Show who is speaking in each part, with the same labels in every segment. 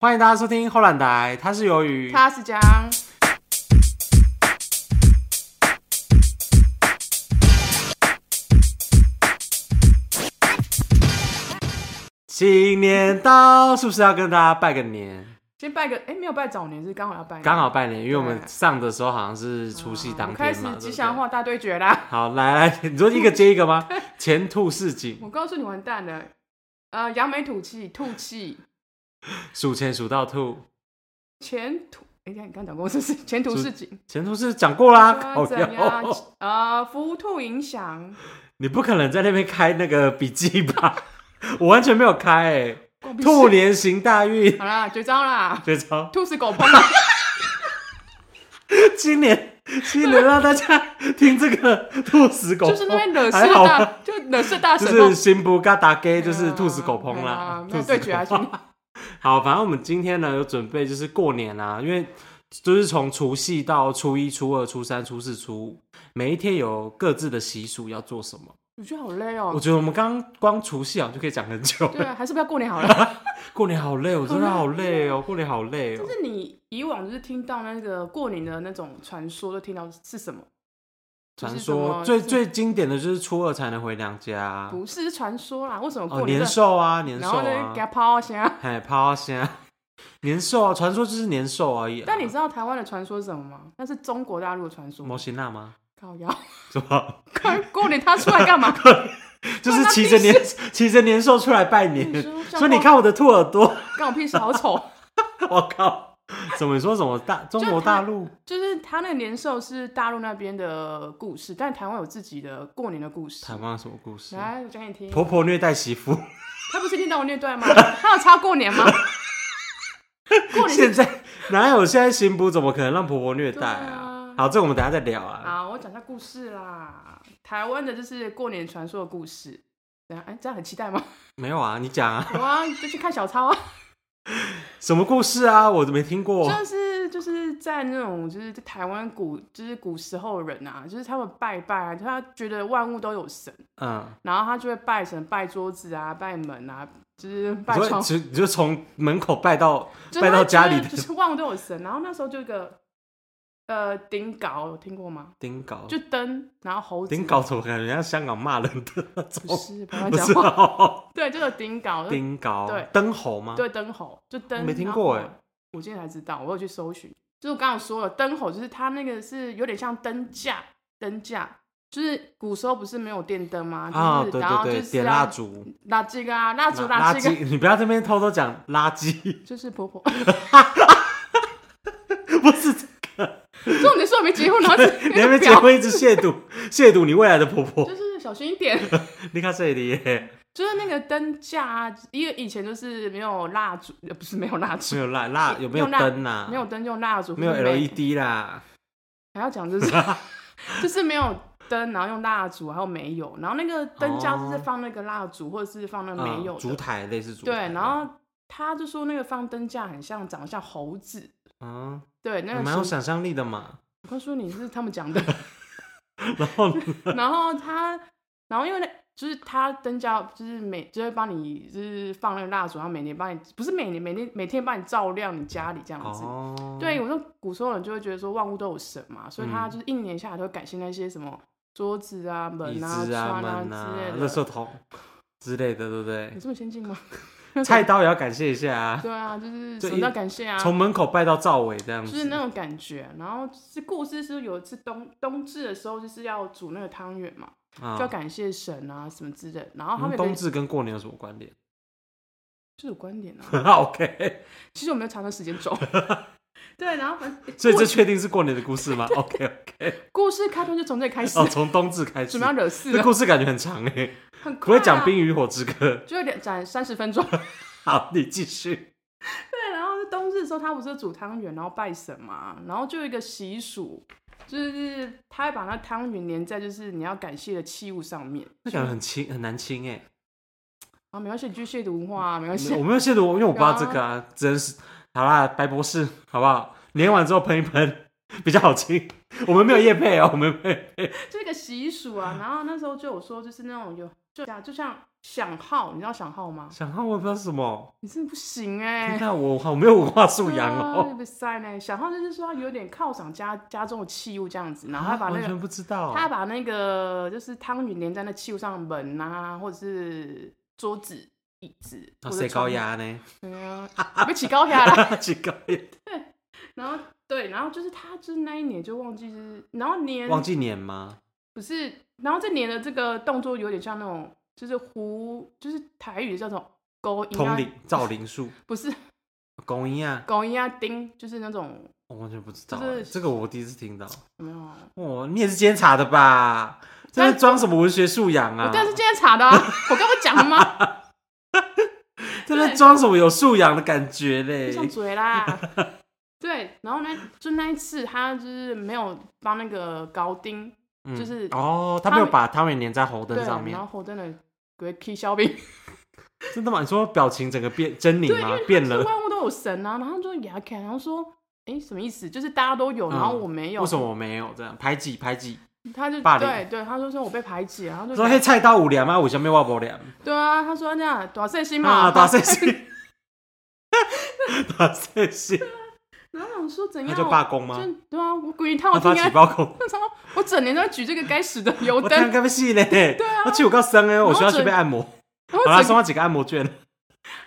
Speaker 1: 欢迎大家收听后懒台，它是由于
Speaker 2: 他是讲
Speaker 1: 新年到，是不是要跟大家拜个年？
Speaker 2: 先拜个，哎、没有拜早年，是刚好要拜年，
Speaker 1: 刚好拜年，因为我们
Speaker 2: 对
Speaker 1: 上的时候好像是除夕
Speaker 2: 我
Speaker 1: 当
Speaker 2: 们嗯开
Speaker 1: 天
Speaker 2: 始
Speaker 1: 嘛。
Speaker 2: 吉
Speaker 1: 对不
Speaker 2: 祥
Speaker 1: 对
Speaker 2: 话大对决啦！
Speaker 1: 好，来来，你说一个接一个吗？前兔似锦，
Speaker 2: 我告诉你，完蛋了，呃，扬眉吐气，吐气，
Speaker 1: 数钱数到兔。
Speaker 2: 前途，哎、呀，你刚讲过 是不是前途
Speaker 1: 是
Speaker 2: 似锦，
Speaker 1: 前兔是讲过 啦，哦
Speaker 2: 啊
Speaker 1: 靠
Speaker 2: 怎
Speaker 1: 腰
Speaker 2: 样？呃，福兔影响，
Speaker 1: 你不可能在那边开那个笔记吧？ 我完全没有开哎、
Speaker 2: 关我屁事
Speaker 1: 兔，年行大运，
Speaker 2: 好啦，绝招啦，
Speaker 1: 绝招！
Speaker 2: 兔死狗烹啊！
Speaker 1: 今年新年让大家听这个兔死 狗烹，
Speaker 2: 就是那边惹
Speaker 1: 还
Speaker 2: 事啊
Speaker 1: 好吧
Speaker 2: 大，就惹事大
Speaker 1: 就
Speaker 2: 神
Speaker 1: 是
Speaker 2: 嘛，
Speaker 1: 新不嘎达给，
Speaker 2: 对啊
Speaker 1: 就是兔死狗烹
Speaker 2: 对
Speaker 1: 啦
Speaker 2: 啊，
Speaker 1: 兔
Speaker 2: 那
Speaker 1: 死
Speaker 2: 对决啊，
Speaker 1: 狗烹
Speaker 2: 兄弟，
Speaker 1: 好，反正我们今天呢有准备，就是过年啊，因为就是从除夕到初一、初二、初三、初四、初五，每一天有各自的习俗要做什么。
Speaker 2: 我觉得好累
Speaker 1: 我
Speaker 2: 哦。
Speaker 1: 觉得我们刚刚光除夕啊就可以讲很 久
Speaker 2: 对
Speaker 1: 了。
Speaker 2: 啊，还是不要过年好了。
Speaker 1: 过年好累，哦，真的好
Speaker 2: 好
Speaker 1: 累哦，过年好累 哦
Speaker 2: 就。是你以往就是听到那个过年的那种传说，就听到是什么？
Speaker 1: 传
Speaker 2: 就是什么
Speaker 1: 说最
Speaker 2: 是
Speaker 1: 最经典的就是初二才能回娘家啊，
Speaker 2: 不是传说啦，为什么
Speaker 1: 哦，
Speaker 2: 过年
Speaker 1: 年
Speaker 2: 的、
Speaker 1: 兽啊，年
Speaker 2: 然
Speaker 1: 兽
Speaker 2: 后呢
Speaker 1: 啊
Speaker 2: 给，他抛下？
Speaker 1: 哎，抛虾， 年兽啊，传说就是年兽而已啊。
Speaker 2: 但你知道台湾的传说是什么吗？那是中国大陆的传说。
Speaker 1: 摩西娜吗？
Speaker 2: 靠腰，
Speaker 1: 什么？
Speaker 2: 快过年他出来 干嘛？
Speaker 1: 就是骑着年 骑着年兽出来拜年，
Speaker 2: 说像
Speaker 1: 所以你看我的兔耳朵，
Speaker 2: 干我屁事，好丑。
Speaker 1: 我靠！怎么说什么大中国大陆
Speaker 2: 就是他那个年兽是大陆那边的故事，但台湾有自己的过年的故事
Speaker 1: 台。湾有什么故事？
Speaker 2: 来，我讲给你听。
Speaker 1: 婆婆虐待媳妇，
Speaker 2: 他不是听到我念段吗？他有差过 年吗？过年是
Speaker 1: 现在哪有现在刑部怎么可能让婆婆虐待啊
Speaker 2: 对啊？
Speaker 1: 好，这我们等一下再聊啊。
Speaker 2: 好，我讲一下故事啦。台湾的就是过年传说的故事。等一下，哎、这样很期 待吗？
Speaker 1: 没有啊，你讲啊，
Speaker 2: 有啊，就去看小抄啊。
Speaker 1: 什么故事啊？我都没听过。
Speaker 2: 就是就是在那种就是在台湾古就是古时候的人啊，就是他们拜拜啊，他觉得万物都有神，
Speaker 1: 嗯，
Speaker 2: 然后他就会拜神、拜桌子啊、拜门啊，就是拜
Speaker 1: 所
Speaker 2: 窗
Speaker 1: 以，你就从门口拜到
Speaker 2: 就是
Speaker 1: 拜
Speaker 2: 他
Speaker 1: 到家里
Speaker 2: 觉得
Speaker 1: 的
Speaker 2: 就是万物都有神。然后那时候就有一个呃顶镐，有听过吗？
Speaker 1: 顶稿，
Speaker 2: 就灯，然后猴子
Speaker 1: 哦顶稿怎么感觉像香港骂人的那
Speaker 2: 不
Speaker 1: 种？
Speaker 2: 是，不要
Speaker 1: 不
Speaker 2: 讲
Speaker 1: 是
Speaker 2: 话。
Speaker 1: 哦，
Speaker 2: 对，就有顶镐，就
Speaker 1: 顶稿
Speaker 2: 对，
Speaker 1: 灯猴吗？
Speaker 2: 对，灯猴就灯，
Speaker 1: 啊没听过
Speaker 2: 然后
Speaker 1: 欸
Speaker 2: 我今天才知道，我有去搜寻，就是我刚刚说了，灯猴就是它那个是有点像灯架，灯架就是古时候不是没有电灯吗？就是、
Speaker 1: 啊，对
Speaker 2: 然后
Speaker 1: 对
Speaker 2: 就
Speaker 1: 对，
Speaker 2: 是
Speaker 1: 点
Speaker 2: 要
Speaker 1: 蜡，烛，
Speaker 2: 蜡烛啊，蜡烛，
Speaker 1: 垃
Speaker 2: 蜡烛，
Speaker 1: 圾，你不要这边偷偷讲垃 圾，
Speaker 2: 就是 婆婆。
Speaker 1: 不是
Speaker 2: 重点是我没结婚，然后这
Speaker 1: 你还没结，婚一直亵渎亵渎你未来的婆婆
Speaker 2: 就，是小心一点，
Speaker 1: 你看这里耶，
Speaker 2: 就是那个灯架啊，因为以前就是没有蜡烛，呃不是没有蜡烛
Speaker 1: 没。有蜡蜡有没有
Speaker 2: 用蜡
Speaker 1: 灯呐？
Speaker 2: 没有灯就蜡烛，
Speaker 1: 啊没有
Speaker 2: 或是煤
Speaker 1: LED 啦，
Speaker 2: 还要讲就是 就是没有灯，然后用蜡烛，还有煤油，然后那个灯架就是放那个蜡烛，或者是放那个煤
Speaker 1: 哦嗯
Speaker 2: 油的、
Speaker 1: 烛台类似烛
Speaker 2: 对
Speaker 1: 台，
Speaker 2: 然后他就说那个放灯架很像，长得像猴子。
Speaker 1: 嗯，
Speaker 2: 对，那
Speaker 1: 你
Speaker 2: 个
Speaker 1: 蛮有
Speaker 2: 是
Speaker 1: 想象力的 嘛。
Speaker 2: 我告诉你是他们讲的。
Speaker 1: 然后呢
Speaker 2: 然后他，然后因为那就是他灯架就是每就会帮你就是放那个蜡烛，然后每年帮你不是每年每天每天帮你照亮你家里这样子。
Speaker 1: 哦，
Speaker 2: 对，我说古时候人就会觉得说万物都有神嘛，所以他
Speaker 1: 嗯
Speaker 2: 就是一年下来都会感谢那些什么桌子啊、
Speaker 1: 椅
Speaker 2: 门啊、
Speaker 1: 子
Speaker 2: 窗
Speaker 1: 门
Speaker 2: 之类
Speaker 1: 垃
Speaker 2: 的。
Speaker 1: 圾 桶之类的，对不对
Speaker 2: 有？这么先进吗？
Speaker 1: 菜刀也要感谢一下啊，
Speaker 2: 对啊，就是
Speaker 1: 就
Speaker 2: 什
Speaker 1: 一
Speaker 2: 么叫感谢啊？
Speaker 1: 从门口拜到灶尾这样
Speaker 2: 就是
Speaker 1: 子
Speaker 2: 那。种感觉。然后是故事是有一次冬冬至的时候，就是要煮那个汤圆嘛，
Speaker 1: 啊
Speaker 2: 就要感谢神啊什么之类的。然后他
Speaker 1: 嗯
Speaker 2: 们
Speaker 1: 冬
Speaker 2: 的
Speaker 1: 至跟过年有什么关联
Speaker 2: 这种观点啊，
Speaker 1: ？OK，
Speaker 2: 其实我没有查到时间 轴。对，然后反正
Speaker 1: 所以这
Speaker 2: 故
Speaker 1: 确定是过年的故事吗？OK OK，
Speaker 2: 故事开端就从这里开始
Speaker 1: 哦，，从冬至开始
Speaker 2: 准备。要惹事
Speaker 1: 这
Speaker 2: 了，
Speaker 1: 故事感觉很长哎，
Speaker 2: 很
Speaker 1: 不会
Speaker 2: 快
Speaker 1: 讲《
Speaker 2: 啊
Speaker 1: 冰，与火之歌》。
Speaker 2: 就有点讲三十分钟。
Speaker 1: 好，你继续。
Speaker 2: 对，然后是冬至的时候，他不是煮汤圆，然后拜神嘛，然后就有一个习俗，就是他会把那汤圆粘在就是你要感谢的器物上面。
Speaker 1: 那感觉很轻，很难轻哎。
Speaker 2: 啊，没关系，你继续读话，啊没关 系。
Speaker 1: 我没有亵渎，因为我不知道这个啊，只能是好啦，白博士，好不好？粘完之后喷一喷， 比较好清。我们没有叶配哦，我们没有业配
Speaker 2: 就一个习俗啊，然后那时候就有说，就是那种有就像就像响号，你知道响号吗？
Speaker 1: 想看我也不知道是什么，
Speaker 2: 你真的不行哎、
Speaker 1: 天
Speaker 2: 欸。
Speaker 1: 哪，我好没有文化素养
Speaker 2: 对啊
Speaker 1: 哦，
Speaker 2: 你不塞呢？响号就是说它有点犒赏家家中的器物这样子，然后
Speaker 1: 啊
Speaker 2: 他把那
Speaker 1: 完
Speaker 2: 个
Speaker 1: 全不知道，
Speaker 2: 他把那个就是汤圆粘在那器物上的门啊，或者是桌子、椅子，
Speaker 1: 啊
Speaker 2: 或者
Speaker 1: 谁
Speaker 2: 窗
Speaker 1: 高？压 呢？
Speaker 2: 对啊，被起高压了。
Speaker 1: 谁高
Speaker 2: 嗯
Speaker 1: 压？
Speaker 2: 然后对，然后就是他就是那一年就忘记是，然后粘
Speaker 1: 忘记年吗？
Speaker 2: 不是，然后这粘的这个动作有点像那种就是胡，就是台语叫做勾音
Speaker 1: 通
Speaker 2: 啊，
Speaker 1: 灵造灵术，
Speaker 2: 不是
Speaker 1: 公一啊，
Speaker 2: 勾音啊钉，就是那种
Speaker 1: 我完全不知道
Speaker 2: 就是
Speaker 1: 欸，这个我第一次听到。
Speaker 2: 有没有？
Speaker 1: 哦，你也是今天查的吧？
Speaker 2: 但
Speaker 1: 在装什么文学素养
Speaker 2: 我
Speaker 1: 啊？
Speaker 2: 但是今天 查的啊，我刚不讲了吗？
Speaker 1: 在那装什么有素养的感觉
Speaker 2: 闭
Speaker 1: 嘞？
Speaker 2: 上嘴啦。对，然后呢，就那一次他就是没有帮那个高丁，
Speaker 1: 嗯
Speaker 2: 就是
Speaker 1: 哦，他
Speaker 2: 他
Speaker 1: 没有
Speaker 2: 们
Speaker 1: 把汤圆粘在红灯
Speaker 2: 对，
Speaker 1: 上
Speaker 2: 然
Speaker 1: 面，
Speaker 2: 后火真的给 K 肖兵，
Speaker 1: 真的吗？你说表情整个变狰狞
Speaker 2: 对，因
Speaker 1: 吗
Speaker 2: 为？
Speaker 1: 变
Speaker 2: 是
Speaker 1: 了，
Speaker 2: 万物都有神啊，然后就给他看，然后说，哎，什么意思？就是大家都有，然后
Speaker 1: 嗯
Speaker 2: 我没有，
Speaker 1: 为什么我没有这样排挤排挤？
Speaker 2: 他就
Speaker 1: 霸凌
Speaker 2: 对对，他就说我被排挤了，然后就
Speaker 1: 说嘿，菜刀五连吗？为什么我不连？
Speaker 2: 对啊，他说这样短色心 嘛，
Speaker 1: 啊，打碎心，打碎心，
Speaker 2: 然后我想说怎
Speaker 1: 那
Speaker 2: 样，
Speaker 1: 就罢工吗？
Speaker 2: 就对啊，我滚一趟，
Speaker 1: 他
Speaker 2: 我
Speaker 1: 发
Speaker 2: 应
Speaker 1: 起
Speaker 2: 该，
Speaker 1: 罢工，
Speaker 2: 他说我整年都在举这个该死的油
Speaker 1: 我
Speaker 2: 灯
Speaker 1: 天，干不戏嘞？对啊，去我告生哎，我
Speaker 2: 然后
Speaker 1: 需要去
Speaker 2: 整
Speaker 1: 被按摩，
Speaker 2: 然
Speaker 1: 好啦，
Speaker 2: 后整
Speaker 1: 送他几个按摩券，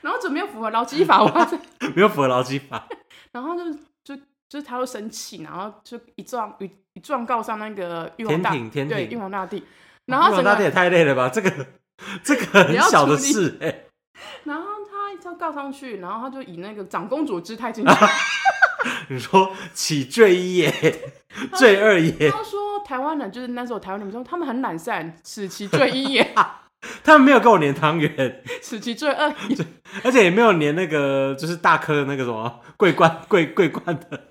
Speaker 2: 然后准备符合劳基法，我要再
Speaker 1: 没有符合劳基法，
Speaker 2: 然后就就就是他会生气，然后就一状一一状告上那个玉皇
Speaker 1: 天
Speaker 2: 大
Speaker 1: 庭天
Speaker 2: 对
Speaker 1: 庭
Speaker 2: 玉。皇大帝，然后
Speaker 1: 不
Speaker 2: 整
Speaker 1: 然哦大家
Speaker 2: 个
Speaker 1: 也太累了吧？这 个这个很小的事哎、
Speaker 2: 然后他一要告上去，然后他就以那个长公主姿态 进去，
Speaker 1: 你说起罪一耶， 罪二耶，
Speaker 2: 他说台湾人就是那时候台湾人说他们很懒散，此其罪一也，
Speaker 1: 他们没有跟我粘汤圆，
Speaker 2: 此其罪二也。
Speaker 1: 而且也没有粘那个就是大颗的那个什么桂冠桂桂冠的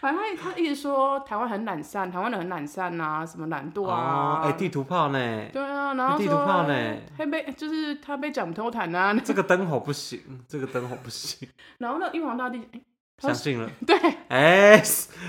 Speaker 2: 反正他他一直说台湾很懒散，台湾人很懒散啊，什么懒惰
Speaker 1: 哦
Speaker 2: 啊，，
Speaker 1: 哎、地图炮呢？
Speaker 2: 对啊，然后
Speaker 1: 地
Speaker 2: 说
Speaker 1: 图炮呢
Speaker 2: 他被就是他被讲偷谈啊，
Speaker 1: 这个灯火不行，这个灯火不 行，
Speaker 2: 然后那玉皇大帝，哎他
Speaker 1: 相信了。
Speaker 2: 对，
Speaker 1: 哎、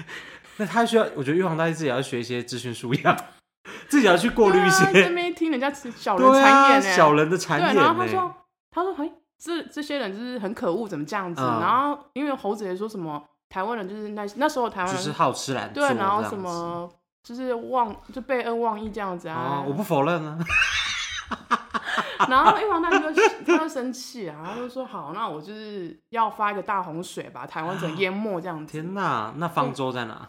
Speaker 1: 那他需要，我觉得玉皇大帝自己要学一些资讯素养， 自己要去过滤一
Speaker 2: 对啊
Speaker 1: 些
Speaker 2: 这。边听人家吃小人欸
Speaker 1: 对
Speaker 2: 谗
Speaker 1: 啊，
Speaker 2: 言呢、
Speaker 1: 小人的谗
Speaker 2: 对，
Speaker 1: 言
Speaker 2: 然后
Speaker 1: 呢、
Speaker 2: 他说，他说，哎，这这些人就是很可恶，怎么这样子？
Speaker 1: 嗯
Speaker 2: 然后因为猴子也说什么台湾人就是那那时候台湾
Speaker 1: 就
Speaker 2: 人、
Speaker 1: 是好吃懒做
Speaker 2: 对，
Speaker 1: 这
Speaker 2: 然
Speaker 1: 样
Speaker 2: 后
Speaker 1: 子。
Speaker 2: 什么就是忘就被恩忘义这样子啊
Speaker 1: 啊，。我不否认啊。
Speaker 2: 然后玉皇大帝就他就生气啊，他就说好，那我就是要发一个大洪水把台湾整个淹没这样子。
Speaker 1: 天哪，那方舟在哪？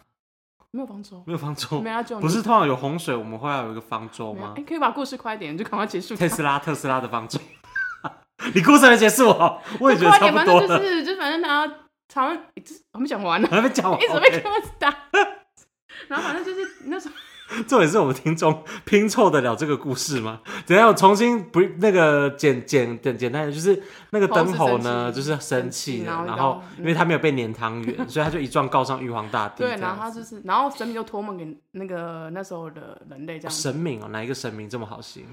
Speaker 2: 没有方舟，
Speaker 1: 没有方舟
Speaker 2: 没，有救你，
Speaker 1: 不是通常有洪水，我们会要有一个方舟
Speaker 2: 没有。
Speaker 1: 吗
Speaker 2: 哎，？可以把故事快一点，就赶快 结束它。
Speaker 1: 特斯拉，特斯拉的方舟。 你故事还没结束哦，我也觉得
Speaker 2: 快一
Speaker 1: 差
Speaker 2: 点，
Speaker 1: 不
Speaker 2: 反
Speaker 1: 多
Speaker 2: 正就
Speaker 1: 了，
Speaker 2: 是就反正他台湾哎这还没讲完呢。
Speaker 1: 还没讲完。
Speaker 2: 一直被
Speaker 1: OK
Speaker 2: 给我 打。然后反正就是那时候，
Speaker 1: 重点是我们听众拼凑得了这个故事吗？等一下我重新不那个简简简简单的，就是那个灯猴呢，
Speaker 2: 猴
Speaker 1: 就
Speaker 2: 子生气
Speaker 1: 是生气了，
Speaker 2: 生气
Speaker 1: 然
Speaker 2: 然后
Speaker 1: 后
Speaker 2: 嗯
Speaker 1: 因为他没有被撵汤圆， 所以他就一状告上玉皇大帝。
Speaker 2: 对，然后
Speaker 1: 这样
Speaker 2: 他
Speaker 1: 子
Speaker 2: 就是，然后神明就托梦给那个那时候的人类这样子，
Speaker 1: 神明哦，哪一个神明这么好心？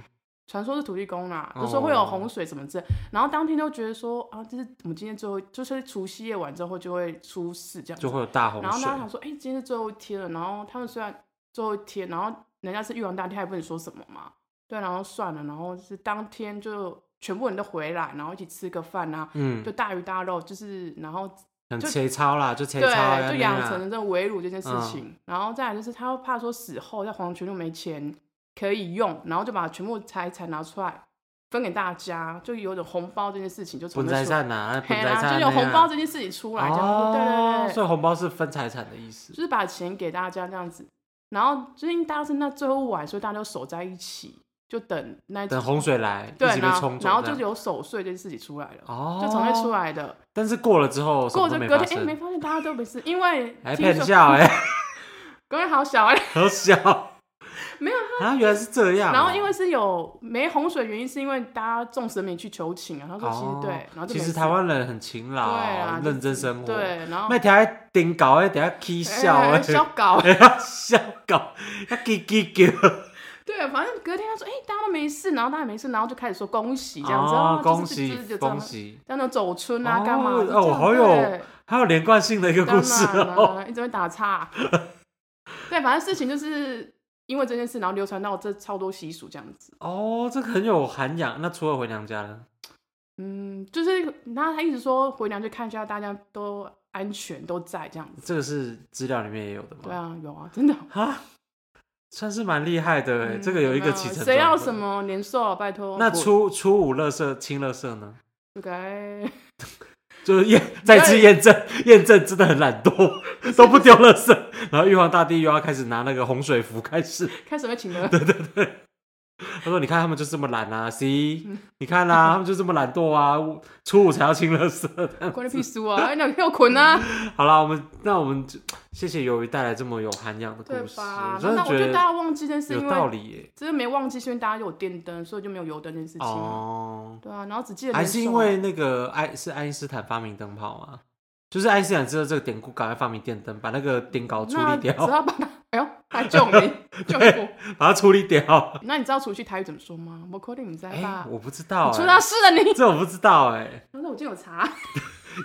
Speaker 2: 传说是土地公啦，
Speaker 1: 哦
Speaker 2: 就说会有洪水什么之类，然后当天就觉得说啊，这是我们今天最后，就是除夕夜晚之后就会出事这样
Speaker 1: 就
Speaker 2: 子，
Speaker 1: 会有大洪
Speaker 2: 然后
Speaker 1: 水
Speaker 2: 大家。想说，哎，今天是最后一天了，然后他们虽然最后一天，然后人家是玉皇大帝，他也不能说什么嘛，对，然后算了，然后就是当天就全部人都回来，然后一起吃个饭啊，
Speaker 1: 嗯
Speaker 2: 就，大鱼大肉，就是然后
Speaker 1: 很
Speaker 2: 就
Speaker 1: 切操啦，就切操啊，嗯
Speaker 2: 对，就
Speaker 1: 那
Speaker 2: 养
Speaker 1: 样
Speaker 2: 成了这种围炉这件事情。然后再来就是他又怕说死后在黄泉路没钱可以用，然后就把全部财产拿出来分给大家，就有种红包这件事情就从
Speaker 1: 本
Speaker 2: 那
Speaker 1: 财
Speaker 2: 时候，
Speaker 1: 产呐，本
Speaker 2: 嘿
Speaker 1: 财
Speaker 2: 啦，
Speaker 1: 产
Speaker 2: 就有红包这件事情出来，这样子，对对对，
Speaker 1: 啊哦所以红包是分财产的意思
Speaker 2: 就是把钱给大家这样子。然后最近大家是那最后一晚，所以大家都守在一起，就等那
Speaker 1: 等洪水来，
Speaker 2: 对
Speaker 1: 一直，被
Speaker 2: 然后
Speaker 1: 冲走，
Speaker 2: 然后就有守岁这件事情出来了，
Speaker 1: 哦，
Speaker 2: 就从那出。来的。
Speaker 1: 但是过了之后，
Speaker 2: 过
Speaker 1: 什
Speaker 2: 着
Speaker 1: 么都没
Speaker 2: 隔
Speaker 1: 发
Speaker 2: 天，哎，
Speaker 1: 生，
Speaker 2: 没发现大家都没事，因为
Speaker 1: 还
Speaker 2: 听
Speaker 1: 骗
Speaker 2: 说
Speaker 1: 笑哎，
Speaker 2: 隔天好小哎。
Speaker 1: 好笑。
Speaker 2: 没
Speaker 1: 有 啊，原来是这样哦。
Speaker 2: 然后因为是有没洪水，原因是因为大家众神明去求情啊。他说其实、
Speaker 1: 哦
Speaker 2: 对，然后就
Speaker 1: 其
Speaker 2: 没
Speaker 1: 实
Speaker 2: 事
Speaker 1: 台湾人很勤
Speaker 2: 对
Speaker 1: 劳
Speaker 2: 啊，，
Speaker 1: 认真
Speaker 2: 就是
Speaker 1: 生活。，
Speaker 2: 对，然后
Speaker 1: 那条顶搞哎，等 下起笑
Speaker 2: 哎
Speaker 1: 哎，，
Speaker 2: 笑搞
Speaker 1: 哎 笑搞，要叽叽叫。
Speaker 2: 对，反正隔天他说哎、大家都没事，然后大家没事，然后就开始说恭喜这样子，
Speaker 1: 哦
Speaker 2: 啊，
Speaker 1: 恭
Speaker 2: 就是
Speaker 1: 喜
Speaker 2: 就是就这样
Speaker 1: 恭，喜！
Speaker 2: 像那种走春啊
Speaker 1: 哦
Speaker 2: 干嘛的
Speaker 1: 哦好有还有连贯性的一个
Speaker 2: 这样
Speaker 1: 故
Speaker 2: 对
Speaker 1: 事
Speaker 2: 当然
Speaker 1: 哦。
Speaker 2: 了，一直会打岔，对，反正事情就是因为这件事，然后流传到这超多习俗这样子。
Speaker 1: 哦，这个很有涵养。那初二回娘家呢？
Speaker 2: 嗯，就是然后他一直说回娘就看一下大家都安全都在这样子。
Speaker 1: 这个是资料里面也有的吗？
Speaker 2: 对啊，有啊，真的。
Speaker 1: 哈，算是蛮厉害的欸、
Speaker 2: 嗯
Speaker 1: 这个有一个
Speaker 2: 那
Speaker 1: 起承
Speaker 2: 谁
Speaker 1: 转
Speaker 2: 要
Speaker 1: 合
Speaker 2: 什？么年兽？啊拜托。
Speaker 1: 那
Speaker 2: 我
Speaker 1: 初初五乐色清乐色呢？
Speaker 2: OK，
Speaker 1: 就是验再次验证验证真的很懒惰， 都不丢乐色。然后玉皇大帝又要开始拿那个洪水符开始，
Speaker 2: 开始会请了。
Speaker 1: 他说：“你看他们就这么懒啊，C，你看啦、他们就这么懒惰啊，初五才要清乐色。
Speaker 2: 关你屁事啊！哎，那要捆啊，”
Speaker 1: 好啦，我们那我们就谢谢鱿鱼带来这么有涵养的
Speaker 2: 对
Speaker 1: 故事，
Speaker 2: 吧
Speaker 1: 我？真
Speaker 2: 那
Speaker 1: 的
Speaker 2: 我觉得大
Speaker 1: 得
Speaker 2: 家忘记这件事，因
Speaker 1: 有道
Speaker 2: 为
Speaker 1: 理耶、
Speaker 2: 真的没忘记，是因为大家有电灯，所以就没有油灯这件事情。啊
Speaker 1: 哦，
Speaker 2: 对啊，然后只记得
Speaker 1: 还
Speaker 2: 年
Speaker 1: 是
Speaker 2: 兽
Speaker 1: 因
Speaker 2: 啊
Speaker 1: 为那个爱是爱因斯坦发明灯泡啊，就是爱因斯坦知道这个典故，赶快发明电灯，把那个电稿处
Speaker 2: 那
Speaker 1: 理
Speaker 2: 只
Speaker 1: 掉，
Speaker 2: 要把它，哎呦，还救 命，救我！
Speaker 1: 把它处理掉。
Speaker 2: 那你知道除去台语怎么说吗？我可能你在
Speaker 1: 哎、
Speaker 2: 吧？
Speaker 1: 我不知道、
Speaker 2: 出
Speaker 1: 哎，
Speaker 2: 到事了你。
Speaker 1: 这我不知道哎、
Speaker 2: 但是我今天有查，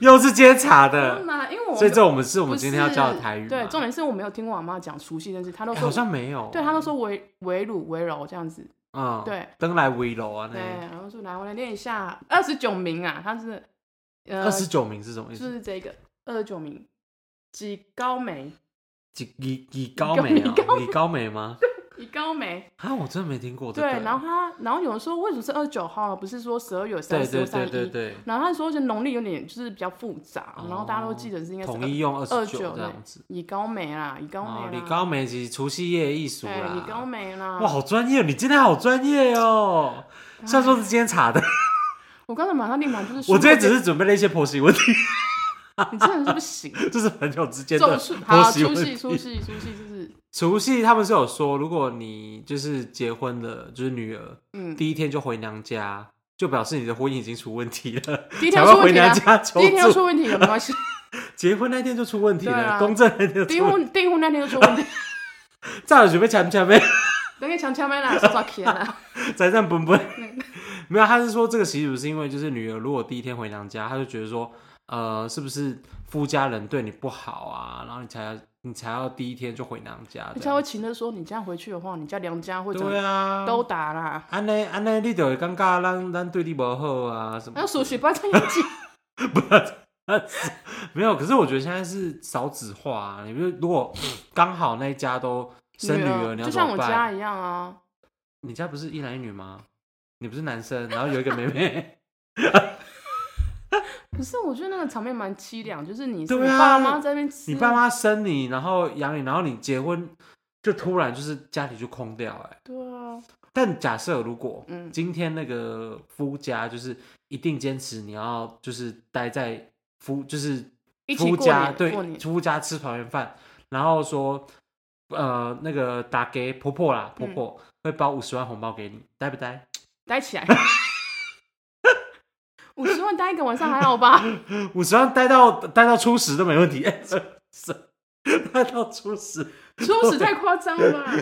Speaker 1: 又是今天查
Speaker 2: 真的
Speaker 1: 的，
Speaker 2: 吗？因为我
Speaker 1: 呃所以这我们是我
Speaker 2: 不
Speaker 1: 们
Speaker 2: 是
Speaker 1: 今天要教的台语嘛。
Speaker 2: 对，重点嗯是我没有听我阿妈讲除夕这件事，她都
Speaker 1: 哎好
Speaker 2: 说，
Speaker 1: 像没有，
Speaker 2: 对，她都说围围炉围柔这样子，
Speaker 1: 嗯，
Speaker 2: 对
Speaker 1: 登来危楼啊，
Speaker 2: 对，
Speaker 1: 那
Speaker 2: 然后说来我来念一下二十九名啊，他是呃
Speaker 1: 二十九名是什么意
Speaker 2: 就
Speaker 1: 思？
Speaker 2: 是这个二十九名，几高梅，
Speaker 1: 几李李高梅啊
Speaker 2: 李高，
Speaker 1: 李高梅吗？
Speaker 2: 几高梅，
Speaker 1: 啊，我真的没听过这个。欸
Speaker 2: 对，然后他，然后有人说为什么是二十九号啊，不是说十二月三
Speaker 1: 对
Speaker 2: 十或
Speaker 1: 对
Speaker 2: 三
Speaker 1: 对
Speaker 2: 一？
Speaker 1: 对对，
Speaker 2: 然后他说，就农历有点就是比较复杂，
Speaker 1: 哦
Speaker 2: 然后大家都记得是应该是
Speaker 1: 统一用二十
Speaker 2: 29
Speaker 1: 九这样子。
Speaker 2: 以高梅啦，以高梅
Speaker 1: 哦
Speaker 2: 啦，，
Speaker 1: 李高梅其实除夕夜艺术
Speaker 2: 对，以高
Speaker 1: 啦。
Speaker 2: 梅啦。
Speaker 1: 哇，好专业！你今天好专业哦。
Speaker 2: 哎
Speaker 1: 虽然说是今天查的，
Speaker 2: 我刚才马上立马就是，
Speaker 1: 我今天只是准备了一些婆媳问题，
Speaker 2: 你真的是不行，
Speaker 1: 就是朋友之间
Speaker 2: 咒
Speaker 1: 的
Speaker 2: 术
Speaker 1: 婆
Speaker 2: 好
Speaker 1: 媳
Speaker 2: 出
Speaker 1: 问
Speaker 2: 戏
Speaker 1: 题。
Speaker 2: 出戏出戏就是
Speaker 1: 除夕他们是有说，如果你就是结婚了，就是女儿
Speaker 2: 嗯，
Speaker 1: 第一天就回娘家，就表示你的婚姻已经出问题了，
Speaker 2: 第一
Speaker 1: 才
Speaker 2: 天
Speaker 1: 会
Speaker 2: 出
Speaker 1: 回
Speaker 2: 问题
Speaker 1: 娘
Speaker 2: 啊，
Speaker 1: 家求
Speaker 2: 第一天就
Speaker 1: 助。
Speaker 2: 出问题了没关系，
Speaker 1: 结婚那天就出问题
Speaker 2: 对
Speaker 1: 了，
Speaker 2: 啊
Speaker 1: 公证那天就
Speaker 2: 订
Speaker 1: 出问题。
Speaker 2: 婚订婚那天就出问题，
Speaker 1: 再有准备抢不抢呗，
Speaker 2: 等下强强妹啦，说啥天 啦，
Speaker 1: 再战本 本。没有，他是说这个习俗是因为就是女儿如果第一天回娘家，他就觉得说，呃，是不是夫家人对你不好啊？然后你才要你才要第一天就回娘家
Speaker 2: 人
Speaker 1: 这
Speaker 2: 家
Speaker 1: 样。
Speaker 2: 会情的说你这样回去的话，你家娘家会怎么
Speaker 1: 对啊，
Speaker 2: 都打啦，
Speaker 1: 安尼安尼，你就会感觉咱咱对你不好啊什么的。
Speaker 2: 那数学班这样讲，
Speaker 1: 没有，可是我觉得现在是少子化、啊，你比如如果刚好那一家都 生女儿，你要
Speaker 2: 就
Speaker 1: 怎
Speaker 2: 像
Speaker 1: 么
Speaker 2: 我
Speaker 1: 办？
Speaker 2: 家一样啊。
Speaker 1: 你家不是一男一女吗？你不是男生，然后有一个妹妹，
Speaker 2: 可是我觉得那个场面蛮凄凉，就是你是
Speaker 1: 对
Speaker 2: 你
Speaker 1: 啊
Speaker 2: 爸妈在那边吃，
Speaker 1: 你爸妈生你，然后养你，然后你结婚，就突然就是家里就空掉哎、
Speaker 2: 对啊，
Speaker 1: 但假设如果
Speaker 2: 嗯，
Speaker 1: 今天那个夫家就是一定坚持你要就是待在夫就是
Speaker 2: 一起
Speaker 1: 夫
Speaker 2: 过
Speaker 1: 家
Speaker 2: 年
Speaker 1: 对
Speaker 2: 过年，
Speaker 1: 夫家吃团圆饭，然后说呃那个打给婆婆啦，婆
Speaker 2: 嗯
Speaker 1: 婆、会包五十万红包给你，呆不呆？
Speaker 2: 待起来。五十万待一个晚上还好吧？
Speaker 1: 五十万待到待到初十都没问 题， 是待到初十。
Speaker 2: 初始太夸张了吧？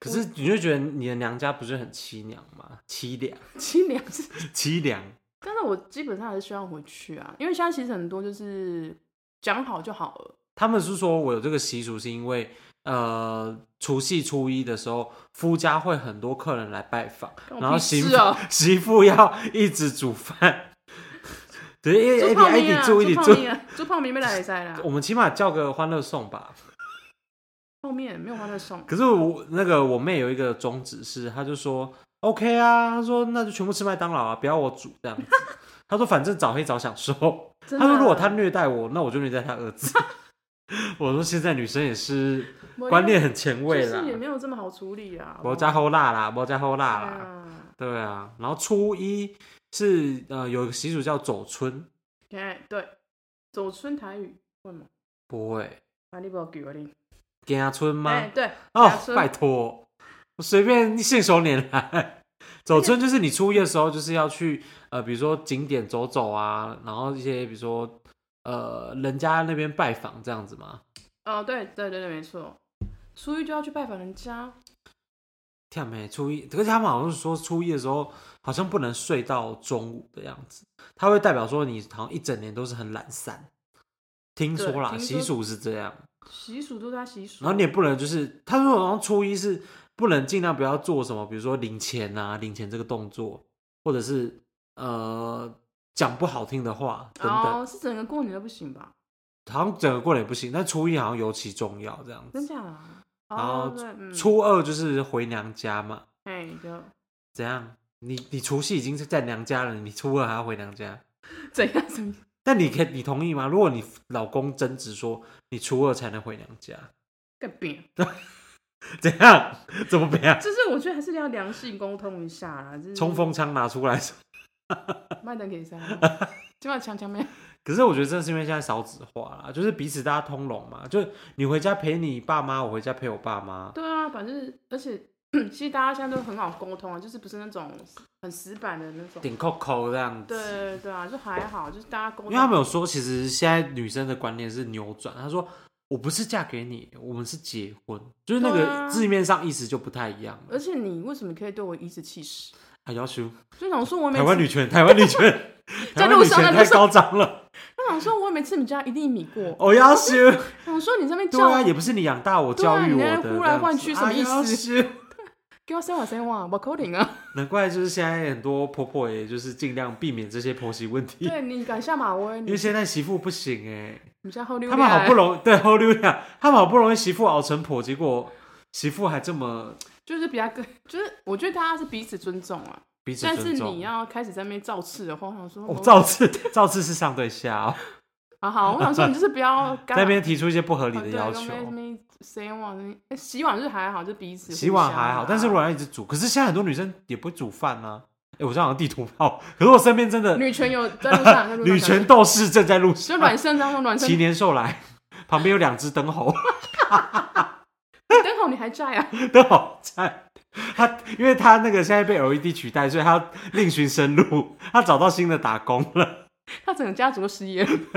Speaker 1: 可是你就觉得你的娘家不是很凄凉吗？凄凉，
Speaker 2: 凄凉是，
Speaker 1: 凄凉。
Speaker 2: 但是我基本上还是希望回去啊，因为现在其实很多就是讲好就好了，
Speaker 1: 他们是说我有这个习俗，是因为呃除夕初一的时候，夫家会很多客人来拜访，
Speaker 2: 干我
Speaker 1: 然后
Speaker 2: 屁
Speaker 1: 媳妇、
Speaker 2: 事哦
Speaker 1: 媳妇要一直煮饭， 对，哎
Speaker 2: 猪
Speaker 1: 一
Speaker 2: 泡
Speaker 1: 点一
Speaker 2: 面
Speaker 1: 点
Speaker 2: 啊，
Speaker 1: 煮一
Speaker 2: 猪
Speaker 1: 点
Speaker 2: 泡
Speaker 1: 煮。
Speaker 2: 面啊，猪泡面被来塞啦，
Speaker 1: 我们起码叫个欢乐颂吧。
Speaker 2: 泡面没有花在送，
Speaker 1: 可是我那个我妹有一个宗旨是，她就说 OK 啊，她说那就全部吃麦当劳啊，不要我煮这样子。 她说反正早黑早享受。
Speaker 2: 真的啊
Speaker 1: 她说如果她虐待我，那我就虐待她儿 子。我说现在女生也是
Speaker 2: 没有
Speaker 1: 观念很前卫
Speaker 2: 啊就
Speaker 1: 啦
Speaker 2: 是，也没有这么好处理啊，
Speaker 1: 我加齁辣啦，我加齁辣
Speaker 2: 对
Speaker 1: 啦，
Speaker 2: 啊
Speaker 1: 对啊。然后初一是呃有一个习俗叫走春，
Speaker 2: 哎，对，走春台语会吗？
Speaker 1: 不会
Speaker 2: 啊，你不要给我你。
Speaker 1: 家春吗？
Speaker 2: 哎，对，
Speaker 1: 哦
Speaker 2: 假，村
Speaker 1: 拜托，我随便信手拈 来。走村就是你初一的时候，就是要去呃，比如说景点走走啊，然后一些比如说呃人家那边拜访这样子嘛。
Speaker 2: 哦，对对对对，没错。初一就要去拜访人家，
Speaker 1: 天没初一，可是他们好像是说初一的时候好像不能睡到中午的样子，它会代表说你好像一整年都是很懒散。听说
Speaker 2: 对
Speaker 1: 啦，
Speaker 2: 听
Speaker 1: 习
Speaker 2: 说
Speaker 1: 俗是这样，
Speaker 2: 习俗都在习俗。
Speaker 1: 然后你也不能就是，他说好像初一是不能尽量不要做什么，比如说领钱啊、领钱这个动作，或者是呃讲不好听的话等等，
Speaker 2: 哦，是整个过年都不行吧？
Speaker 1: 好像整个过年也不行，但初一好像尤其重要这样
Speaker 2: 真
Speaker 1: 子。
Speaker 2: 假啊？
Speaker 1: 然后
Speaker 2: 哦，对，嗯，
Speaker 1: 初二就是回娘家嘛，
Speaker 2: 哎，就
Speaker 1: 怎样？你你除夕已经是在娘家了，你初二还要回娘家？
Speaker 2: 怎样怎么样？
Speaker 1: 但你可以你同意吗？如果你老公争执说你初二才能回娘家，
Speaker 2: 个病，
Speaker 1: 怎样？ 怎么样？
Speaker 2: 就是我觉得还是要良性沟通一下啦。就是
Speaker 1: 冲锋枪拿出来
Speaker 2: 麦登给谁？ 今晚强强没有？
Speaker 1: 可是我觉得真的是因为现在少子化啦，就是彼此大家通融嘛，就是你回家陪你爸妈，我回家陪我爸妈。
Speaker 2: 对啊，反正而且 其实大家现在都很好沟通啊，就是不是那种很死板的那种。
Speaker 1: 顶扣扣这样
Speaker 2: 对
Speaker 1: 子。
Speaker 2: 对对啊，就还好，就是大家沟
Speaker 1: 因
Speaker 2: 通。
Speaker 1: 为他们有说，其实现在女生的观念是扭转，她说我不是嫁给你，我们是结婚，就是那
Speaker 2: 对
Speaker 1: 个
Speaker 2: 啊
Speaker 1: 字面上意思就不太一样了
Speaker 2: 而。且你为什么可以对我颐指气使？
Speaker 1: 啊，要求
Speaker 2: 就想说我每
Speaker 1: 台湾
Speaker 2: 次，
Speaker 1: 女权，台湾女权，台
Speaker 2: 在
Speaker 1: 湾
Speaker 2: 路
Speaker 1: 女
Speaker 2: 上
Speaker 1: 权
Speaker 2: 在
Speaker 1: 太
Speaker 2: 路上
Speaker 1: 高涨 了。
Speaker 2: 就想说我每次你家一粒米过，
Speaker 1: 哦，要修，
Speaker 2: 想说你这边
Speaker 1: 对
Speaker 2: 叫
Speaker 1: 啊，
Speaker 2: 我
Speaker 1: 也不是你养大我，教育我
Speaker 2: 对啊
Speaker 1: 的
Speaker 2: 你，那
Speaker 1: 这样
Speaker 2: 呼来
Speaker 1: 子
Speaker 2: 唤去什么意？
Speaker 1: 啊要修
Speaker 2: 给我生我生我，我口令啊！
Speaker 1: 难怪就是现在很多婆婆，也就是尽量避免这些婆媳问题。
Speaker 2: 对你敢下马威，
Speaker 1: 因
Speaker 2: 你
Speaker 1: 为现在媳妇不行哎、
Speaker 2: 你下后溜
Speaker 1: 他们好不
Speaker 2: 容
Speaker 1: 容易对后六呀，他们好不容易媳妇熬成婆，结果媳妇还这么
Speaker 2: 就是比较跟，就是我觉得大家是彼此尊重啊。
Speaker 1: 彼此
Speaker 2: 但是
Speaker 1: 尊
Speaker 2: 你
Speaker 1: 重。
Speaker 2: 要开始在那边造次的话，我想说，
Speaker 1: 哦，
Speaker 2: 哦
Speaker 1: 造次造次是上对下、哦，
Speaker 2: 啊好，我想说你就是不要
Speaker 1: 在
Speaker 2: 干
Speaker 1: 那
Speaker 2: 扰
Speaker 1: 边提出一些不合理的
Speaker 2: 哦对，
Speaker 1: 要
Speaker 2: 跟
Speaker 1: 求。
Speaker 2: 妹妹谁往哎洗碗是还好，就彼此互
Speaker 1: 洗碗
Speaker 2: 相啊
Speaker 1: 还好，
Speaker 2: 啦
Speaker 1: 但是如果要一直煮，可是现在很多女生也不煮饭呢、哎、我这好像地图炮，可是我身边真的
Speaker 2: 女权有在路上，在路上
Speaker 1: 女权斗士正在路
Speaker 2: 就啊
Speaker 1: 上，
Speaker 2: 卵生，然后卵生
Speaker 1: 齐年兽来，旁边有两只灯猴，
Speaker 2: 灯红你还在啊？
Speaker 1: 灯猴在。他因为他那个现在被 LED 取代，所以他要另寻生路，他找到新的打工了。
Speaker 2: 他整个家族都失业了。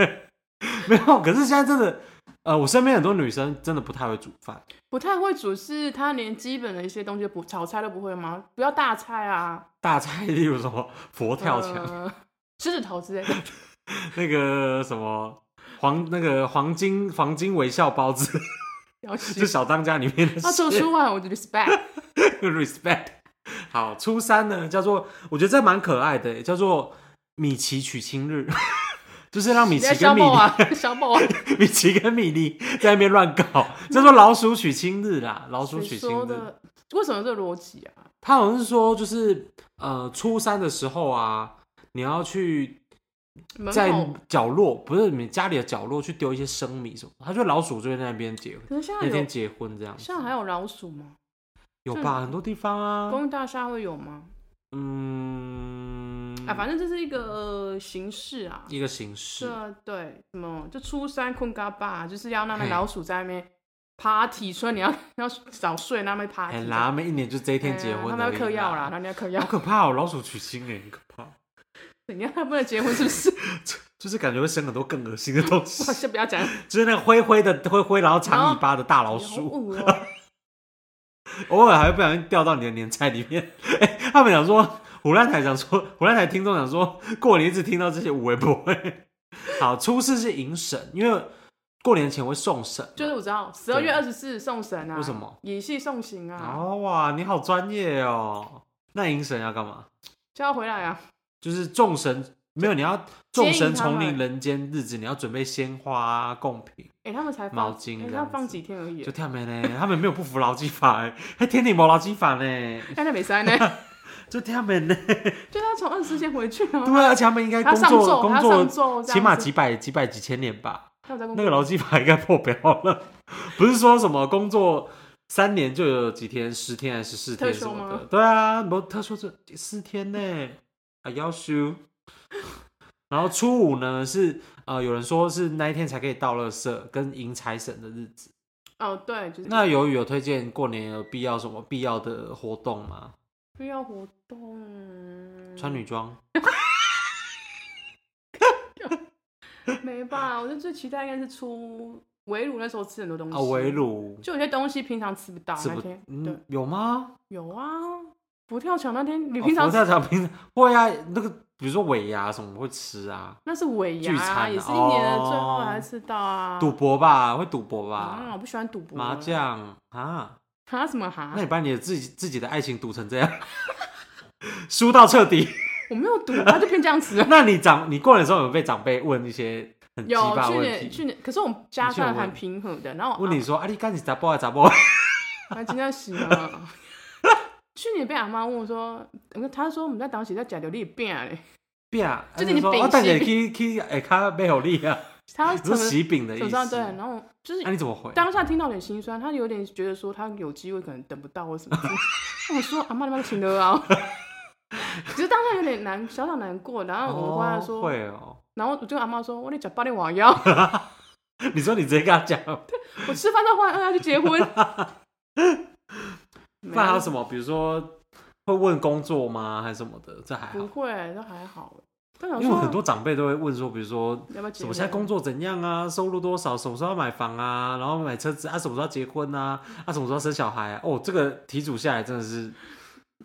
Speaker 1: 没有，可是现在真的，呃，我身边很多女生真的不太会煮饭，
Speaker 2: 不太会煮是他连基本的一些东西都不炒菜都不会吗？不要大菜啊，
Speaker 1: 大菜例如什么佛跳墙，
Speaker 2: 呃狮子头之类的，
Speaker 1: 那个什么黄那个黄金黄金微笑包子，
Speaker 2: 要死
Speaker 1: 就。小当家里面的
Speaker 2: 他做
Speaker 1: 事
Speaker 2: 出来，我就 respect。
Speaker 1: respect。好，初三呢叫做，我觉得这蛮可爱的，欸叫做米奇娶亲日， 就是让米
Speaker 2: 你
Speaker 1: 奇
Speaker 2: 在
Speaker 1: 跟
Speaker 2: 小
Speaker 1: 米
Speaker 2: 宝
Speaker 1: 妮、
Speaker 2: 啊， 小宝 啊，
Speaker 1: 米奇跟米妮在那边乱搞，叫做老鼠娶亲日啦，老鼠娶
Speaker 2: 谁
Speaker 1: 亲
Speaker 2: 说
Speaker 1: 日。
Speaker 2: 的？为什么有这个逻辑啊？
Speaker 1: 他好像是说，就是呃，初三的时候啊，你要去
Speaker 2: 门
Speaker 1: 在
Speaker 2: 口
Speaker 1: 角落，不是你家里的角落去丢一些生米什么的。他说老鼠就会在那边结
Speaker 2: 可是现在
Speaker 1: 那天
Speaker 2: 有，
Speaker 1: 结婚这样子
Speaker 2: 现，在还有老鼠吗？
Speaker 1: 有
Speaker 2: 就
Speaker 1: 吧？很多地方啊，
Speaker 2: 公寓大厦会有吗？
Speaker 1: 嗯，
Speaker 2: 啊，反正这是一个呃形式啊。
Speaker 1: 一个形式。
Speaker 2: 这对什么？就初三困嘎巴，就是要让那
Speaker 1: 嘿
Speaker 2: 老鼠在那边 party，所以你要要啊早睡那边 party
Speaker 1: 哎
Speaker 2: 这样。
Speaker 1: 啦，他们一年就这一天
Speaker 2: 哎呀
Speaker 1: 结婚而已，
Speaker 2: 他们要嗑药啦，然后你要嗑药
Speaker 1: 好，可怕哦！老鼠娶亲哎，很可怕，
Speaker 2: 你看他不能结婚是不 是？
Speaker 1: 就是感觉会生很多更恶心的东 西
Speaker 2: 哇，，先不要讲，
Speaker 1: 就是那个灰灰的灰灰，然后长尾巴的大老
Speaker 2: 好
Speaker 1: 鼠。
Speaker 2: 恶哦，
Speaker 1: 偶尔还会不小心掉到你的年菜里面。哎、他们想说， 胡乱台想说，胡乱台听众想说，过年一直听到这些无微 不会。好，初四是迎神，因为过年前会送神。
Speaker 2: 就是我知道十二月二十四送神啊，
Speaker 1: 为什么？
Speaker 2: 演戏送行啊，
Speaker 1: 哦哇，你好专业哦。那迎神要干嘛？
Speaker 2: 就要回来啊，
Speaker 1: 就是众神没有，你要众神重临
Speaker 2: 接引他们
Speaker 1: 人间日子，你要准备鲜花、贡品。
Speaker 2: 哎，他们才
Speaker 1: 毛
Speaker 2: 放，
Speaker 1: 巾
Speaker 2: 哎
Speaker 1: 这样
Speaker 2: 他们放几天而已
Speaker 1: 就，他们呢，他们没有不服劳基法、欸，还天顶没劳基法呢，
Speaker 2: 但他没塞呢，
Speaker 1: 就他们呢。
Speaker 2: 就他从二十四天回去啊，
Speaker 1: 对啊，而且他们应该
Speaker 2: 他
Speaker 1: 工
Speaker 2: 上
Speaker 1: 作
Speaker 2: 奏，
Speaker 1: 工
Speaker 2: 他
Speaker 1: 作
Speaker 2: 上奏，
Speaker 1: 起码几百、几百、几千年吧。
Speaker 2: 他有在工
Speaker 1: 那
Speaker 2: 作
Speaker 1: 个劳基法应该破表了， 不是说什么工作三年就有几天、十天还是十天
Speaker 2: 特
Speaker 1: 什
Speaker 2: 休
Speaker 1: 么
Speaker 2: 吗
Speaker 1: 的。对啊，没有特殊这四天呢，啊要修。 然后初五呢是呃，有人说是那一天才可以到垃圾跟迎财神的日子。
Speaker 2: 哦，对，就是
Speaker 1: 那由于有推荐过年有必要什么必要的活动吗？
Speaker 2: 必要活动，
Speaker 1: 穿女装，啊
Speaker 2: 没吧？我就最期待应该是出围炉那时候吃很多东西
Speaker 1: 啊围，炉，
Speaker 2: 就有些东西平常吃不到
Speaker 1: 是
Speaker 2: 那
Speaker 1: 不嗯
Speaker 2: 天，对
Speaker 1: 嗯。有吗？
Speaker 2: 有啊，佛跳墙那天你
Speaker 1: 哦
Speaker 2: 平常
Speaker 1: 佛跳墙平常会啊，那个比如说尾牙什么会吃啊，
Speaker 2: 那是尾牙
Speaker 1: 聚餐
Speaker 2: 啊，
Speaker 1: 啊
Speaker 2: 也是一年的最后
Speaker 1: 哦
Speaker 2: 还吃到啊。
Speaker 1: 赌博吧，会赌博
Speaker 2: 啊，我
Speaker 1: 吧，
Speaker 2: 不喜欢赌博。
Speaker 1: 麻将啊，
Speaker 2: 啊什么哈
Speaker 1: 那？你把你的自己自己的爱情赌成这样， 输到彻底， 。
Speaker 2: 我没有赌，他就偏这样子
Speaker 1: 那你长你过年的时候有被长辈问一些很鸡
Speaker 2: 有
Speaker 1: 巴
Speaker 2: 去
Speaker 1: 问
Speaker 2: 年
Speaker 1: 题，
Speaker 2: 去年，可是我们家
Speaker 1: 你去年
Speaker 2: 算还
Speaker 1: 问
Speaker 2: 平和的，然后我
Speaker 1: 问你说啊你干你咋播啊咋播，
Speaker 2: 啊，真的是啊。 去年被阿妈问我说，她说我们在当时在讲流利饼嘞，
Speaker 1: 变 啊，
Speaker 2: 就是
Speaker 1: 啊
Speaker 2: 你
Speaker 1: 说
Speaker 2: 秉
Speaker 1: 哦，但也
Speaker 2: 性
Speaker 1: 去去哎卡没有力啊，
Speaker 2: 她
Speaker 1: 你
Speaker 2: 怎
Speaker 1: 说
Speaker 2: 么
Speaker 1: 喜饼的
Speaker 2: 怎么
Speaker 1: 意
Speaker 2: 知道
Speaker 1: 思，哎
Speaker 2: 对，然后就是
Speaker 1: 那你怎么回？
Speaker 2: 当下听到有点心酸，她有点觉得说她有机会可能等不到或什么之类的。我说阿妈你妈请了 啊，只是当下有点难，小小难过。然后我跟她
Speaker 1: 哦
Speaker 2: 说，
Speaker 1: 会哦，
Speaker 2: 然后我就跟阿妈说，我得讲八点晚腰，
Speaker 1: 你说你直接跟他 讲，
Speaker 2: 我吃饭到忽然饿要去结婚。没
Speaker 1: 那还有什
Speaker 2: 么？
Speaker 1: 么？比如说会问工作吗，还是什么的？这还好
Speaker 2: 不，会，都还好。但想
Speaker 1: 因为
Speaker 2: 说
Speaker 1: 很多长辈都会问说，比如说
Speaker 2: 要不要结
Speaker 1: 什
Speaker 2: 婚？
Speaker 1: 么现在工作怎样啊，收入多少，什么时候要买房啊，然后买车子啊，什么时候要结婚啊，啊什么时候要生小孩啊？哦，这个题组下来真的是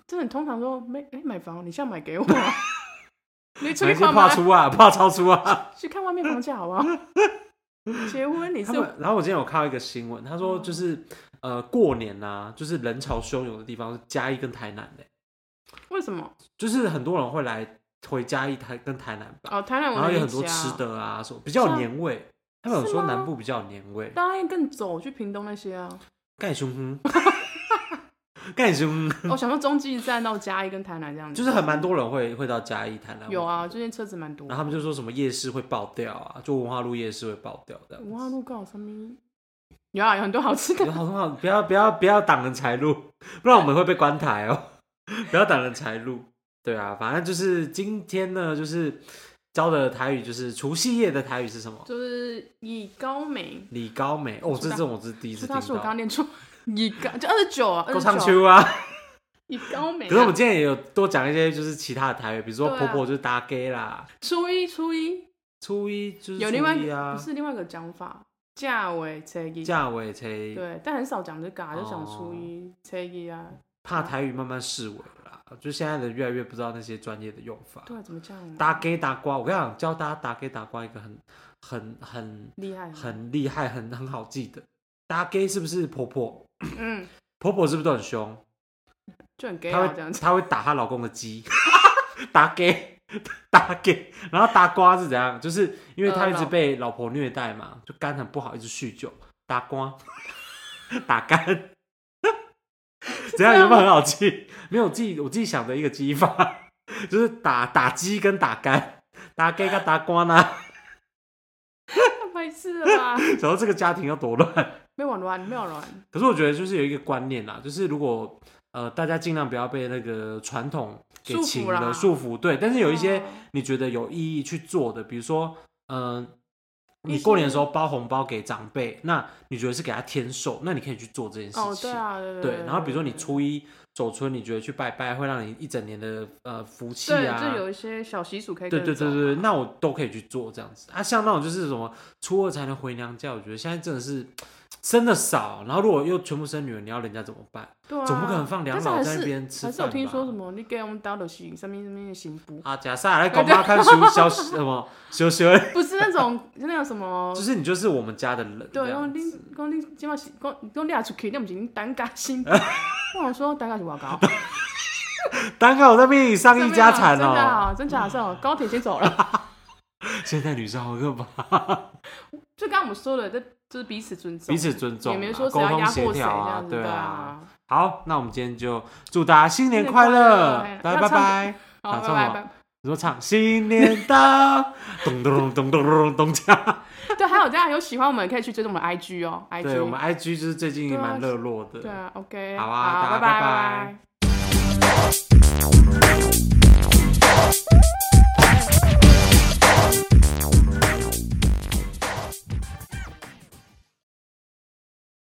Speaker 2: 真的很通常说没哎、买房，你现在买给我， 你出去
Speaker 1: 还是
Speaker 2: 看吗
Speaker 1: 怕？出啊，怕超出啊。
Speaker 2: 去看外面房价好不好？ 结婚你
Speaker 1: 他
Speaker 2: 是
Speaker 1: 们，然后我今天有看到一个新闻，他
Speaker 2: 嗯
Speaker 1: 说就是呃过年呐、啊，就是人潮汹涌的地方，嘉义跟台南的、
Speaker 2: 为什么？
Speaker 1: 就是很多人会来回嘉义台跟台南吧。
Speaker 2: 哦，台南我
Speaker 1: 然后
Speaker 2: 能
Speaker 1: 有
Speaker 2: 理
Speaker 1: 很多
Speaker 2: 解啊
Speaker 1: 吃，的啊，什么比较有
Speaker 2: 像
Speaker 1: 年味。他们有
Speaker 2: 是
Speaker 1: 说
Speaker 2: 吗
Speaker 1: 南部比较有年味，
Speaker 2: 大家更走去屏东那些啊。
Speaker 1: 盖 胸，盖胸，
Speaker 2: 我哦想说中继站到嘉义跟台南这样子，
Speaker 1: 就是很蛮多人会会到嘉义、台南。
Speaker 2: 有，啊，最近车子蛮多
Speaker 1: 然。后他们就说什么夜市会爆掉啊，就文化路夜市会爆掉的。
Speaker 2: 文化路刚好上面有啊，有很多好吃的
Speaker 1: 有。好很好，不要不要不要挡人财路，不然我们会被关台哦。 不要挡人财路。对啊，反正就是今天呢，就是教的台语就是除夕夜的台语是什么？
Speaker 2: 就是以高美，
Speaker 1: 李高美哦，这这我是第一次
Speaker 2: 是
Speaker 1: 听
Speaker 2: 他是我
Speaker 1: 到
Speaker 2: 刚。念错，以高就二十九啊，二
Speaker 1: 够
Speaker 2: 十
Speaker 1: 唱
Speaker 2: 九，
Speaker 1: 秋啊！
Speaker 2: 以高美啊。
Speaker 1: 可是我们今天也有多讲一些，就是其他的台语，比如说
Speaker 2: 对啊
Speaker 1: 婆婆就是打 gay 啦，
Speaker 2: 初一初一
Speaker 1: 初一就是
Speaker 2: 有
Speaker 1: 初
Speaker 2: 另外一
Speaker 1: 一
Speaker 2: 个、
Speaker 1: 啊
Speaker 2: 不，是另外一个讲法，嫁为车衣，
Speaker 1: 嫁尾才
Speaker 2: 对，但很少讲这个、啊，就讲初
Speaker 1: 哦
Speaker 2: 一车衣啊，
Speaker 1: 怕台语慢慢式微了啦，就现在的越来越不知道那些专业的用法。
Speaker 2: 对啊，怎么这样、啊？
Speaker 1: 打 gay 打瓜，我跟你讲，教大家打 gay 打瓜一个很很很
Speaker 2: 厉害，
Speaker 1: 很厉害，很很好记的。打 gay 是不是婆婆？
Speaker 2: 嗯，
Speaker 1: 婆婆是不是都很凶？
Speaker 2: 就很 gay
Speaker 1: 她
Speaker 2: 啊这样
Speaker 1: 会
Speaker 2: 子。
Speaker 1: 她会打她老公的鸡， 打 gay 打 gay，然后打瓜是怎样？就是因为她一直被老婆虐待嘛，就肝很不好，一直酗酒，打瓜 打 肝，怎样有没有很好记？没有我自己我自己想的一个记忆法，就是打打鸡跟打肝，打 gay 跟打瓜呢，
Speaker 2: 太白痴了吧？
Speaker 1: 然后这个家庭要多乱。
Speaker 2: 没有乱，没有乱，
Speaker 1: 可是我觉得就是有一个观念啦，就是如果呃大家尽量不要被那个传统给
Speaker 2: 束缚
Speaker 1: 情
Speaker 2: 啦
Speaker 1: 了束缚，对。但是有一些
Speaker 2: 哦
Speaker 1: 你觉得有意义去做的，比如说嗯、呃
Speaker 2: 一
Speaker 1: 你
Speaker 2: 些
Speaker 1: 过年的时候包红包给长辈，那你觉得是给他添寿，那你可以去做这件事情。
Speaker 2: 哦，对啊，对对
Speaker 1: 对然后比如说你
Speaker 2: 对
Speaker 1: 初一走村，你觉得去拜拜会让你一整年的呃福气
Speaker 2: 对，
Speaker 1: 啊，
Speaker 2: 就有一些小习俗可以
Speaker 1: 对
Speaker 2: 跟
Speaker 1: 对
Speaker 2: 着走
Speaker 1: 对对，
Speaker 2: 嘛
Speaker 1: 那我都可以去做这样子啊。像那种就是什么初二才能回娘家，我觉得现在真的是生的少，然后如果又全部生女儿，你要人家怎么办？
Speaker 2: 对啊，
Speaker 1: 总不可能放两
Speaker 2: 但是
Speaker 1: 老
Speaker 2: 还
Speaker 1: 在那
Speaker 2: 是
Speaker 1: 边吃
Speaker 2: 还是有
Speaker 1: 饭
Speaker 2: 听
Speaker 1: 吧
Speaker 2: 说什么你给我们打的行，上面上面行不？
Speaker 1: 啊，假设来搞妈看书消什么修修，
Speaker 2: 不是那种 就那种什么
Speaker 1: 就。是你就是我们家的人这
Speaker 2: 对，
Speaker 1: 样
Speaker 2: 讲
Speaker 1: 子，
Speaker 2: 你讲你今晚是讲讲你也出去，你毋是胆敢 心？我想说胆敢是偌高，
Speaker 1: 单靠我在命里上亿家产
Speaker 2: 真的
Speaker 1: 哦。
Speaker 2: 啊，真假的是哦，高铁先走了。
Speaker 1: 现在女生好可怕，
Speaker 2: 就刚刚我们说的，这就是彼此尊重，
Speaker 1: 彼此尊重
Speaker 2: 也
Speaker 1: 啊，
Speaker 2: 没说谁
Speaker 1: 沟
Speaker 2: 要
Speaker 1: 通
Speaker 2: 压
Speaker 1: 协
Speaker 2: 迫谁这
Speaker 1: 调啊
Speaker 2: 样，子
Speaker 1: 对
Speaker 2: 的
Speaker 1: 啊。
Speaker 2: 啊。
Speaker 1: 好，那我们今天就祝大家新年
Speaker 2: 新年
Speaker 1: 快乐
Speaker 2: 快乐，
Speaker 1: 大家
Speaker 2: 要
Speaker 1: 拜
Speaker 2: 唱
Speaker 1: 拜。
Speaker 2: 好，
Speaker 1: 打
Speaker 2: 拜
Speaker 1: 中
Speaker 2: 拜
Speaker 1: 了
Speaker 2: 拜。
Speaker 1: 你说唱新年到，咚咚咚咚咚咚咚锵。
Speaker 2: 对，还有大家有喜欢我们，可以去追踪我们 IG 哦，IG。
Speaker 1: 对我们 IG 就是最近
Speaker 2: 对啊
Speaker 1: 蛮热络的。
Speaker 2: 对啊，OK，
Speaker 1: 好啊大家
Speaker 2: 拜
Speaker 1: 拜
Speaker 2: 拜。